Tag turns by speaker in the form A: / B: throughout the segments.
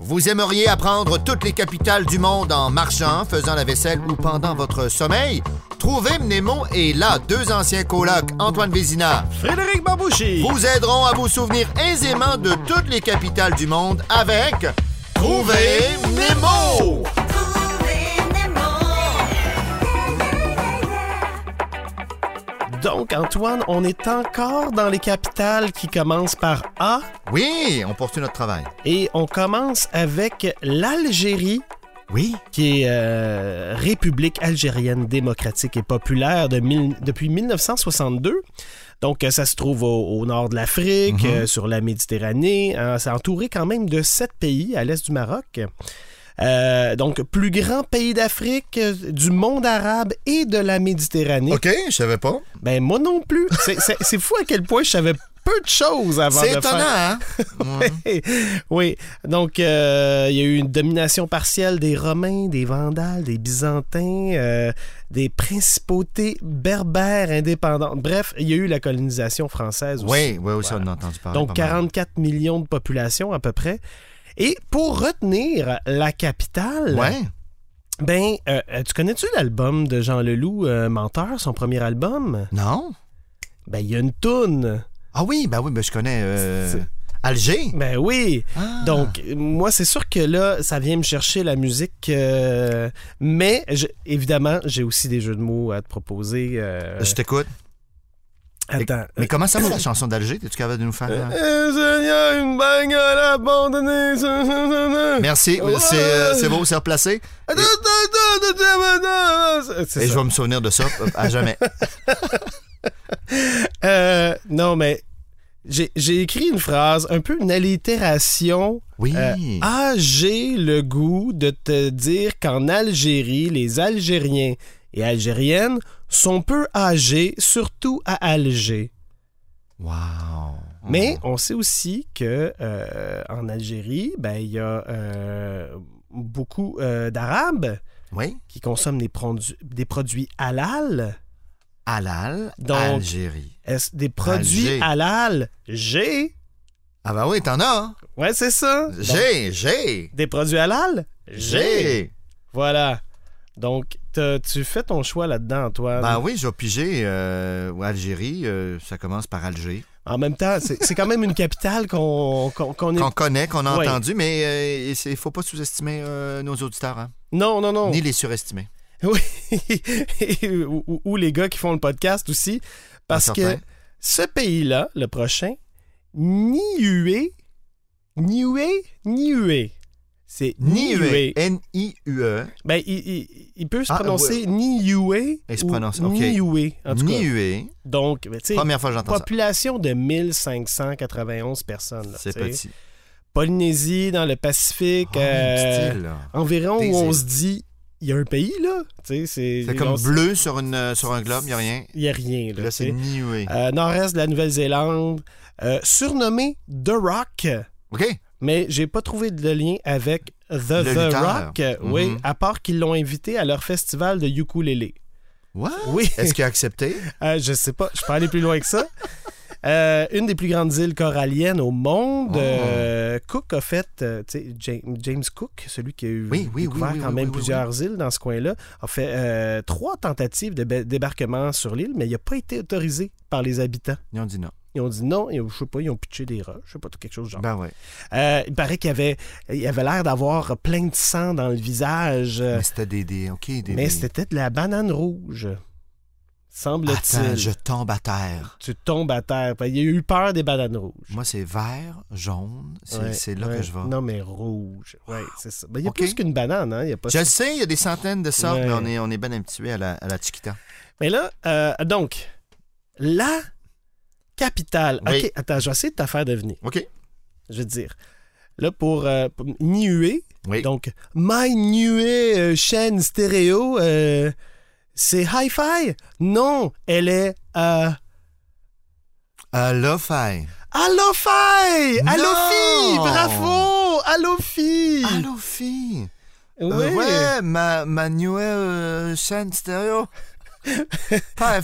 A: Vous aimeriez apprendre toutes les capitales du monde en marchant, faisant la vaisselle ou pendant votre sommeil? Trouvez Mnemo et là, deux anciens colocs, Antoine Vézina,
B: Frédéric Babouchi.
A: vous aideront à vous souvenir aisément de toutes les capitales du monde avec Trouvez Mnemo!
B: Donc, Antoine, on est encore dans les capitales qui commencent par A
A: Oui, on poursuit notre travail.
B: et on commence avec l'Algérie,
A: Oui?
B: qui est euh, République algérienne démocratique et populaire de mille- depuis 1962. Donc, euh, ça se trouve au, au nord de l'Afrique,
A: Mhm.
B: euh, sur la Méditerranée. hein, c'est entouré quand même de sept pays à l'est du Maroc. Euh, donc, plus grand pays d'Afrique, euh, du monde arabe et de la Méditerranée.
A: OK, je savais pas.
B: Ben, moi non plus. C'est- C'est c'est fou à quel point je savais peu de choses avant de
A: C'est
B: faire-
A: étonnant, hein?
B: oui, donc euh, il y a eu une domination partielle des Romains, des Vandales, des Byzantins, euh, des principautés berbères indépendantes. Bref, il y a eu la colonisation française aussi.
A: Oui, oui, aussi, on a entendu parler. pas
B: Donc
A: mal.
B: 44 millions de population à peu près. Et pour retenir la capitale,
A: Ouais.
B: ben, euh, euh, tu connais-tu l'album de Jean Leloup, euh, Menteur, son premier album?
A: Non?
B: Ben, il y a une toune.
A: Ah oui, ben oui, ben je connais euh,
B: C'est-
A: Alger.
B: Ben oui.
A: Ah.
B: Donc, moi, c'est sûr que là, ça vient me chercher la musique. euh, mais, je- évidemment, j'ai aussi des jeux de mots à te proposer. euh,
A: Je t'écoute.
B: attends.
A: Mais comment ça va la chanson d'Alger? T'es-tu capable de nous faire? euh,
B: Euh, je- il y a une bagnole abandonnée.
A: Merci, oui, c'est euh, c'est beau, c'est replacé.
B: Ah, C'est
A: Et
B: ça.
A: je vais me souvenir de ça euh, à jamais.
B: Euh, non, mais j'ai j'ai écrit une phrase, un peu une allitération
A: Oui.
B: Euh, ah, j'ai le goût de te dire qu'en Algérie, les Algériens et Algériennes sont peu âgés, surtout à Alger.
A: Wow.
B: Mais
A: Mmh.
B: on sait aussi que euh, en Algérie, ben, il y a euh, beaucoup euh, d'Arabes
A: Oui.
B: qui consomment des, prondu- des produits halal.
A: Halal,
B: Donc-
A: Algérie.
B: Est-ce des produits
A: Alger.
B: halal? J'ai.
A: Ah ben oui, t'en as.
B: Ouais, c'est ça. Donc,
A: J'ai, j'ai.
B: des produits halal? J'ai. Voilà. Donc, t'as- tu fais ton choix là-dedans, Antoine.
A: Ben oui, je vais piger euh, Algérie. euh, ça commence par Alger.
B: En même temps, c'est c'est quand même une capitale qu'on qu'on- qu'on est.
A: Qu'on connaît, qu'on a
B: Ouais.
A: entendu, mais il ne faut pas sous-estimer euh, nos auditeurs, hein,
B: Non, non, non.
A: ni les surestimer.
B: Oui. ou, ou- ou les gars qui font le podcast aussi. Parce
A: Ah,
B: que
A: certain.
B: ce pays-là, le prochain, Niue. Niue. Niue. C'est Niue.
A: Niue. N-I-U-E.
B: Ben, il, il- il peut se
A: Ah,
B: prononcer Niue.
A: Il se
B: ou
A: prononce, ok.
B: Niue, en tout cas.
A: Niue.
B: Donc, ben, tu sais,
A: E. Première fois que j'entends ça.
B: population de 1591 personnes. là,
A: C'est
B: tu sais.
A: petit.
B: Polynésie, dans le Pacifique.
A: Oh,
B: euh,
A: style, là.
B: environ où on
A: Désir.
B: se dit il y a un pays là, tu sais, c'est
A: C'est
B: on
A: comme
B: s-
A: bleu sur, une, euh, sur un globe, il n'y a rien.
B: il y a rien
A: Puis
B: là.
A: là,
B: tu
A: c'est
B: sais.
A: Niue.
B: Euh, Nord-est de la Nouvelle-Zélande, euh, surnommé The Rock,
A: OK?
B: mais j'ai pas trouvé de lien avec The, The
A: lutteur.
B: Rock, oui,
A: Mhm.
B: à part qu'ils l'ont invité à leur festival de ukulélé.
A: What?
B: Oui,
A: Est-ce qu'il a accepté?
B: euh, je sais pas, je peux aller plus loin que ça. Euh, une des plus grandes îles coralliennes au monde.
A: Oh.
B: euh, Cook a fait, euh, tu sais, James, James Cook, celui qui a eu
A: Oui, oui, oui,
B: découvert
A: oui,
B: quand
A: oui,
B: même
A: oui,
B: plusieurs îles dans ce coin-là, a fait euh, trois tentatives de ba- débarquement sur l'île, mais il n'a pas été autorisé par les habitants.
A: Ils ont dit non.
B: Ils ont dit non, ils ont, je sais pas, ils ont pitché des roches, je sais pas, quelque chose du genre.
A: Ben ouais.
B: Euh, il paraît qu'il avait, il avait l'air d'avoir plein de sang dans le visage, euh,
A: Mais c'était des, des. OK, des.
B: mais
A: des-
B: c'était de la banane rouge,
A: Attends,
B: semble-t-il.
A: je tombe à terre.
B: tu tombes à terre. Fait, Il y a eu peur des bananes rouges.
A: Moi, c'est vert, jaune. C'est
B: Ouais,
A: c'est là
B: ouais.
A: que je vais.
B: Non, mais rouge. Oui, c'est ça. Ben, il y a
A: Ok.
B: plus qu'une banane. Hein? Il y a pas...
A: Je le sais, il y a des centaines de sortes,
B: Ouais.
A: mais on est, on est bien habitué à la, à la Chiquita.
B: Mais là, euh, donc, la capitale.
A: Oui.
B: OK, attends, je vais essayer de te faire devenir.
A: OK?
B: Je vais te dire. Là, pour, euh, pour Niue,
A: Oui.
B: donc, My Niue euh, chaîne stéréo, euh, c'est Hi-Fi? Non, elle est euh,
A: Euh,
B: Ah.
A: Alofi.
B: Allo-Fi!
A: Non!
B: Allo-Fi! Bravo! Allo-Fi!
A: Alofi.
B: Oui.
A: Ah, Euh, ouais, ma, ma nouvelle euh, chaîne stéréo. Pas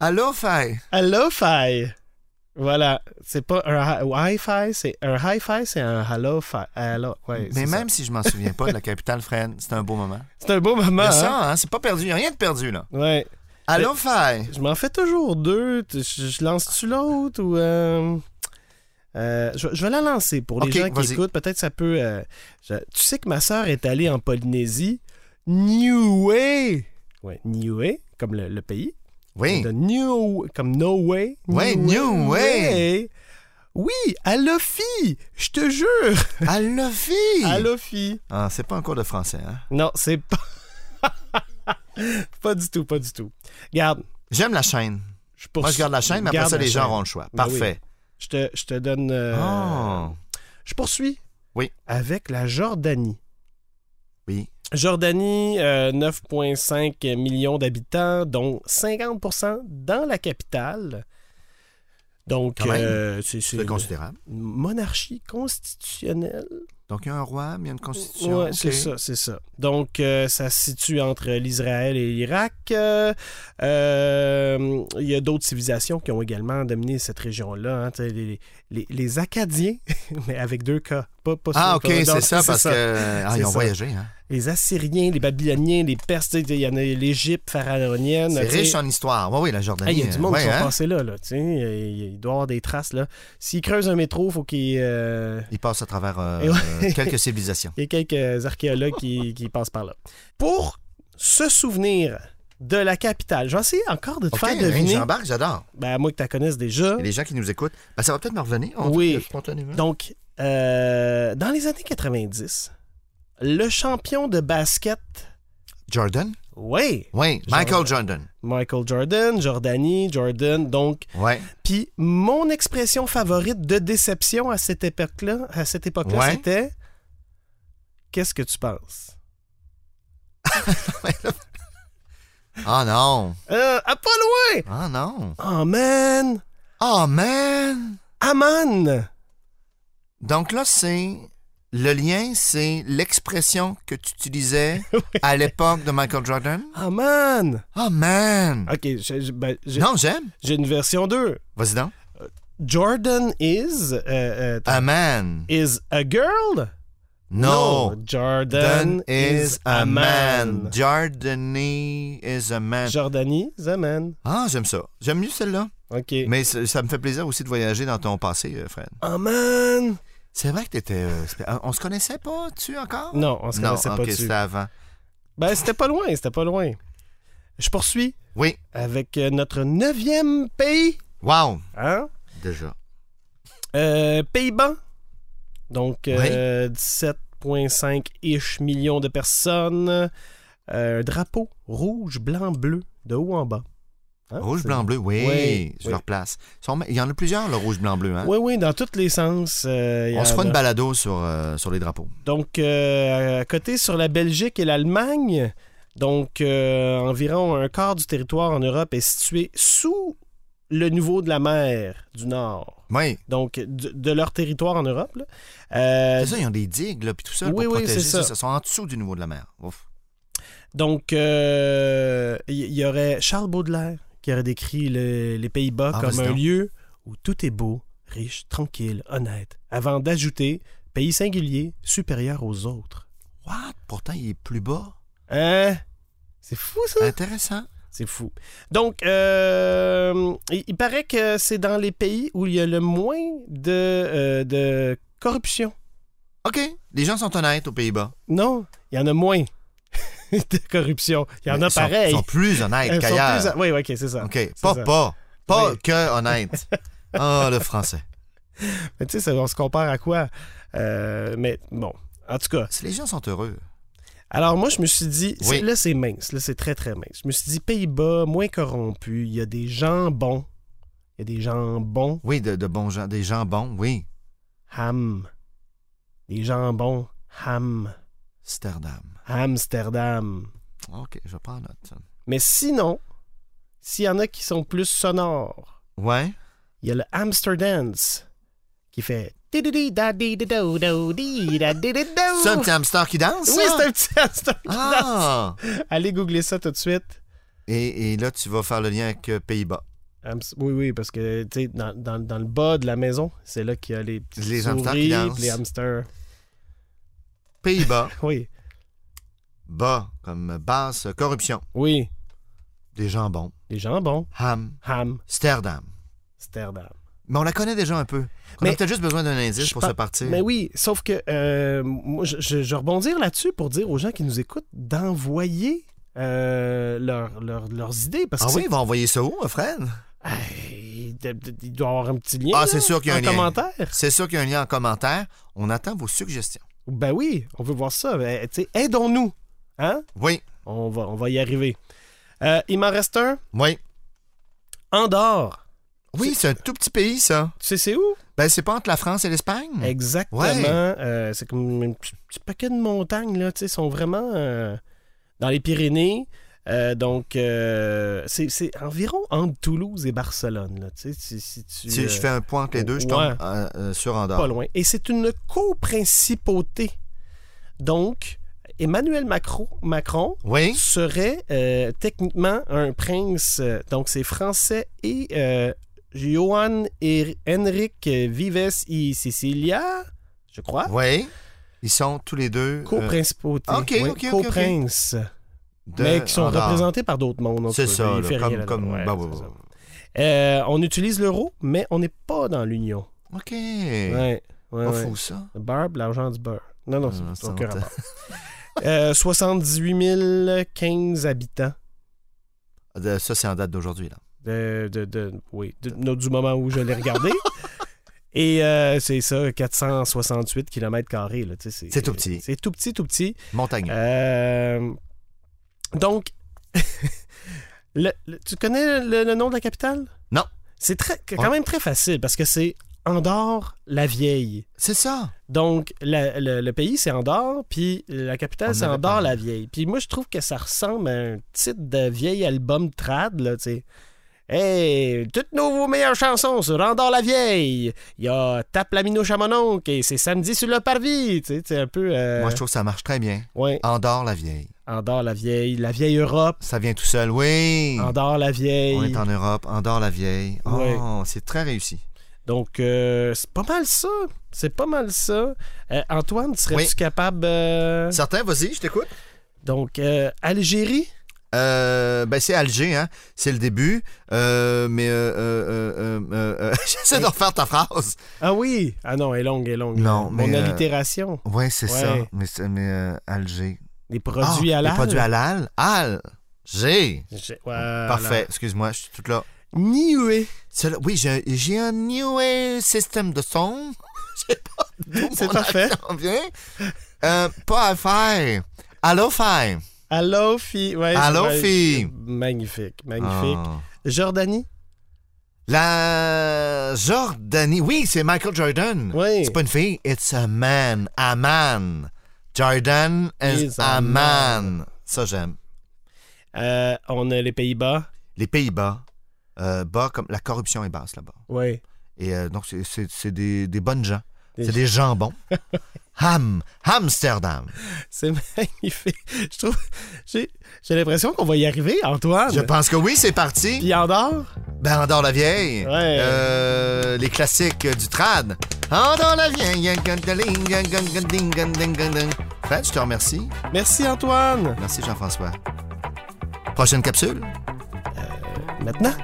A: Alofi.
B: Allo-Fi! Voilà. C'est pas un hi- hi-fi, c'est un hi-fi, c'est un hello fi. hello. Ouais,
A: Mais
B: c'est
A: même si je m'en souviens pas de la capitale, Fred, c'est un beau moment.
B: ça. C'est un beau moment.
A: Il y a
B: hein?
A: ça, hein, c'est pas perdu, il y a rien de perdu, là.
B: Ouais.
A: Allô, Faye?
B: Je m'en fais toujours deux. Tu- Je, je lance-tu l'autre ou. euh, euh, je, je vais la lancer pour les
A: Ok,
B: gens qui
A: vas-y.
B: écoutent. Peut-être ça peut. euh, je- tu sais que ma sœur est allée en Polynésie. New Way! Ouais, New Way, comme le, le pays.
A: Oui.
B: De New, comme No Way.
A: Ben. Ouais, New
B: Oui, à Lofi! Je te jure!
A: Allô, fille?
B: À Lofi!
A: Ah, c'est pas un cours de français, hein?
B: Non, c'est pas. pas du tout, pas du tout. Garde,
A: J'aime la chaîne.
B: je
A: Moi,
B: poursuis-
A: je garde la chaîne, mais après
B: Garde
A: ça,
B: la
A: les gens
B: chaîne.
A: auront le choix.
B: Ben oui.
A: Parfait.
B: Je te, je te donne. euh,
A: Oh.
B: Je poursuis.
A: Oui.
B: Avec la Jordanie.
A: Oui.
B: Jordanie, euh, 9,5 millions d'habitants, dont 50 dans la capitale. Donc,
A: Quand même.
B: euh, c'est c'est
A: C'est
B: une
A: considérable.
B: une monarchie constitutionnelle.
A: Donc, il y a un roi, mais il y a une constitution.
B: Ouais,
A: Ok.
B: c'est ça, c'est ça. Donc, euh, ça se situe entre l'Israël et l'Irak. Euh, euh, Il y a d'autres civilisations qui ont également dominé cette région-là. hein. Tu sais, les, les- les Acadiens, mais avec deux cas. Pas, pas
A: Ah,
B: sur-
A: OK,
B: pas-
A: c'est
B: donc,
A: ça, parce que. Ah,
B: C'est
A: ils ont
B: ça.
A: voyagé, hein?
B: Les Assyriens, les Babyloniens, les Perses, tu sais, il y en a l'Égypte pharaonienne.
A: C'est
B: tu sais.
A: riche en histoire. Oui, oui, la
B: Ah,
A: Jordanie.
B: Il y a du monde
A: ouais,
B: qui sont
A: hein?
B: passés là. là tu sais. il, il doit y avoir des traces. là. S'ils creusent un métro, faut qu'ils. euh,
A: Ils passent à travers euh,
B: Et
A: euh, quelques civilisations.
B: Il y a quelques archéologues qui, qui passent par là. Pour se souvenir de la capitale, j'en sais encore de te
A: OK, hein,
B: faire deviner,
A: j'embarque, j'adore.
B: ben, à moins que tu la connaisses déjà.
A: Et les gens qui nous écoutent, ben, ça va peut-être me revenir. on-
B: Oui.
A: Spontanément.
B: Donc, euh, dans les années 90, le champion de basket,
A: Jordan?
B: oui,
A: Oui, Michael Jordan.
B: Michael Jordan, Jordanie, Jordan, donc,
A: Oui.
B: puis mon expression favorite de déception à cette époque-là, à cette époque-là,
A: Ouais.
B: c'était « Qu'est-ce que tu penses?
A: Ah non.
B: Euh, ah, pas loin!
A: Ah non.
B: Oh man!
A: Ah man.
B: Aman!
A: Donc là, c'est. Le lien, c'est l'expression que tu utilisais à l'époque de Michael Jordan.
B: Ah man!
A: Oh man!
B: Ok, je- je- ben, j'ai
A: Non, j'aime.
B: j'ai une version 2.
A: Vas-y donc.
B: Jordan is. euh, euh,
A: A man.
B: is a girl?
A: No.
B: Jordan is, a man.
A: Jordany is a man.
B: Jordanie is a man.
A: Ah, j'aime ça. J'aime mieux celle-là.
B: Ok.
A: Mais ça, ça me fait plaisir aussi de voyager dans ton passé, euh, Fred.
B: Ah man!
A: C'est vrai que t'étais. euh, spé- ah, on se connaissait pas, tu encore?
B: Non, on se
A: non,
B: connaissait
A: ok,
B: pas dessus.
A: c'était avant.
B: Ben, c'était pas loin, c'était pas loin. Je poursuis
A: Oui.
B: avec euh, notre neuvième pays.
A: Wow!
B: Hein?
A: Déjà.
B: Euh, Pays-Bas. Donc, euh, 17,5-ish millions de personnes. Euh, un drapeau rouge, blanc, bleu, de haut en bas. Hein,
A: Rouge,
B: c'est-
A: blanc, bleu, oui.
B: Oui,
A: je
B: oui.
A: leur place. Ils sont- Il y en a plusieurs, le rouge, blanc, bleu. Hein?
B: Oui, oui, dans tous les sens. euh, il y
A: on se
B: en
A: fera
B: a.
A: une balado sur, euh, sur les drapeaux.
B: Donc, euh, à côté sur la Belgique et l'Allemagne, donc euh, environ un quart du territoire en Europe est situé sous le niveau de la mer du Nord.
A: Oui.
B: Donc, de, de leur territoire en Europe. là. Euh,
A: C'est ça, ils ont des digues, là, puis tout ça,
B: oui,
A: pour
B: oui,
A: protéger
B: c'est
A: ça.
B: ça.
A: Ça, sont en dessous du niveau de la mer. Ouf.
B: donc, euh, il y, y aurait Charles Baudelaire qui aurait décrit le- les Pays-Bas
A: Ah,
B: comme
A: vas-y
B: un
A: donc.
B: lieu où tout est beau, riche, tranquille, honnête, avant d'ajouter pays singulier, supérieur aux autres.
A: What? Pourtant, il est plus bas.
B: Hein? C'est fou, ça!
A: Intéressant.
B: C'est fou. Donc, euh, il, il paraît que c'est dans les pays où il y a le moins de, euh, de corruption.
A: OK. Les gens sont honnêtes aux Pays-Bas.
B: Non, il y en a moins de corruption. Il y en
A: Mais
B: a
A: ils sont-
B: pareil.
A: Ils sont plus honnêtes
B: Ils sont
A: qu'ailleurs.
B: plus- Oui, oui, ok, c'est ça.
A: OK. Pas,
B: ça.
A: pas. Pas
B: Oui.
A: que honnête. Ah, le français.
B: Mais tu sais, ça, on se compare à quoi? Euh, mais bon, en tout cas.
A: Si les gens sont heureux.
B: Alors moi, je me suis dit,
A: Oui.
B: c'est- là, c'est mince. Là, c'est très, très mince. Je me suis dit, Pays-Bas, moins corrompus, il y a des gens bons. Il y a des gens bons.
A: Oui, de, de bons gens, des gens bons, oui.
B: Ham. Des gens bons. Ham.
A: Amsterdam.
B: Amsterdam.
A: OK, je prends note. ça.
B: Mais sinon, s'il y en a qui sont plus sonores,
A: Ouais.
B: il y a le Amsterdance qui fait. Oui,
A: C'est un petit hamster qui danse? ça?
B: c'est un petit Amsterdance.
A: Ah!
B: Allez googler ça tout de suite.
A: Et, et là, tu vas faire le lien avec euh, Pays-Bas.
B: Hamst- Oui, oui, parce que tu sais, dans, dans- dans le bas de la maison, c'est là qu'il y a les petits
A: Les hamsters qui
B: souris,
A: dansent.
B: puis les hamsters.
A: Pays-Bas,
B: Oui,
A: bas comme basse corruption,
B: oui,
A: des jambons,
B: les jambons,
A: ham,
B: ham,
A: Sterdam.
B: Amsterdam.
A: Mais on la connaît déjà un peu. On a
B: Mais-
A: peut-être juste besoin d'un indice
B: Je
A: pour
B: pa-
A: se partir.
B: Mais oui, sauf que euh, moi, je, je, je vais rebondir là-dessus pour dire aux gens qui nous écoutent d'envoyer euh, leurs- leurs- leurs idées. Parce
A: Ah
B: que
A: oui, ils vont envoyer ça où, hein, Fred?
B: Ah, il de- de- il doit y avoir un petit lien.
A: Ah,
B: là,
A: c'est sûr qu'il y a
B: en
A: un lien.
B: commentaire.
A: C'est sûr qu'il y a un lien en commentaire. On attend vos suggestions.
B: Ben oui, on veut voir ça. Ben, tu sais, Aidons-nous. Hein?
A: Oui,
B: On va, on va y arriver. Euh, il m'en reste un.
A: oui.
B: Andorre.
A: Oui, c'est un tout petit pays, ça.
B: Tu sais, c'est où?
A: Ben, c'est pas entre la France et l'Espagne?
B: Exactement.
A: Hmm. Ouais.
B: Euh, c'est comme un petit, petit paquet de montagnes, là. Tu sais, ils sont vraiment euh, dans les Pyrénées. Euh, donc, euh, c'est c'est environ entre Toulouse et Barcelone. Là. Tu sais, si, si tu,
A: Si je
B: euh,
A: fais un point entre les deux, je tombe
B: Ouais.
A: euh, euh, sur Andorre.
B: pas loin. Et c'est une coprincipauté. Donc, Emmanuel Macron, Macron
A: Oui,
B: serait euh, techniquement un prince. Euh, Donc, c'est français et euh, Johan et Henrik Vives y Sicilia, je crois.
A: oui. Ils sont tous les deux euh,
B: Co-principauté.
A: ok, ok, ok, ok.
B: co-prince.
A: de
B: Mais qui sont
A: Andorre.
B: représentés par d'autres mondes. en
A: C'est
B: tout cas.
A: ça,
B: Il
A: là,
B: fait
A: comme-
B: rien là-dedans.
A: comme-
B: Ouais,
A: bah, ouais,
B: c'est
A: ouais.
B: ça. Euh, on utilise l'euro, mais on n'est pas dans l'Union.
A: OK. Eh.
B: Ouais, ouais,
A: Pas
B: ouais.
A: fou, ça.
B: Le beurre, puis l'argent du beurre. Non, non, c'est
A: Ah,
B: aucun
A: ça,
B: rapport. Euh, 78 015 habitants.
A: De- Ça, c'est en date d'aujourd'hui, là.
B: De, de- de- oui, de- no- du moment où je l'ai regardé. Et euh, c'est ça, 468 km.
A: C'est tout petit.
B: C'est tout petit, tout petit.
A: Montagneux.
B: Euh, donc, le- le- tu connais le, le nom de la capitale?
A: Non.
B: C'est très,
A: Ouais.
B: quand même très facile parce que c'est Andorre la Vieille.
A: C'est ça.
B: Donc, la- le, le pays, c'est Andorre, puis la
A: On
B: capitale, c'est
A: avait
B: Andorre
A: parlé.
B: la Vieille. Puis moi, je trouve que ça ressemble à un titre de vieil album trad, là, tu sais. Hey, toutes nos meilleures chansons sur Andorre la Vieille. Il y a Tape la mine au Chamononque et c'est samedi sur le parvis. Tu sais, c'est un peu. euh,
A: Moi, je trouve que ça marche très bien.
B: ouais,
A: Andorre, la vieille.
B: Andorre la Vieille, la Vieille Europe,
A: Ça vient tout seul, oui.
B: Andorre la
A: On est
B: Vieille.
A: en Europe, Andorre, la vieille. Oh,
B: Ouais.
A: c'est très réussi.
B: Donc, euh, c'est pas mal ça. C'est pas mal ça. Euh, Antoine, serais-tu
A: Oui.
B: capable. euh,
A: Certain, vas-y, je t'écoute.
B: Donc, euh, Algérie?
A: Euh, ben c'est Alger, hein. c'est le début. Euh, mais euh, euh, euh, euh, euh, j'essaie de refaire ta phrase.
B: Ah oui! Ah non, elle est longue, elle est longue.
A: Non,
B: Mon
A: mais, euh,
B: allitération.
A: Ouais, c'est
B: Ouais.
A: ça. Mais, c'est- mais euh, Alger.
B: Les produits
A: Ah,
B: à
A: les
B: l'âge.
A: Produits halal. Alger. Parfait. Excuse-moi, je suis toute là.
B: Niue.
A: C'est là- Oui, j'ai j'ai un new euh, système de son.
B: C'est
A: Mon
B: parfait.
A: accent vient. Euh, pas à faire. Allo faire.
B: Allo, fille. Ouais,
A: Allô,
B: ouais,
A: fille.
B: Magnifique, magnifique.
A: Ah.
B: Jordanie?
A: La Jordanie. Oui, c'est Michael Jordan.
B: Oui.
A: C'est pas une fille, it's a man. A man. Jordan is,
B: Is
A: a,
B: a
A: man.
B: man.
A: Ça, j'aime.
B: Euh, on a les Pays-Bas.
A: Les Pays-Bas, euh, bas comme la corruption est basse là-bas.
B: Oui.
A: Et euh, donc, c'est- c'est c'est des, des bonnes gens.
B: Des-
A: C'est des jambons. Ham. Amsterdam.
B: C'est magnifique. Je trouve. J'ai j'ai l'impression qu'on va y arriver, Antoine.
A: Je pense que oui, c'est parti.
B: Ah, Puis Andorre?
A: Ben, Andorre la vieille.
B: Ouais.
A: Euh, les classiques euh, du trad. Andorre la vieille. Fred, Ben, je te remercie.
B: Merci, Antoine.
A: Merci Jean-François. Prochaine capsule.
B: Maintenant?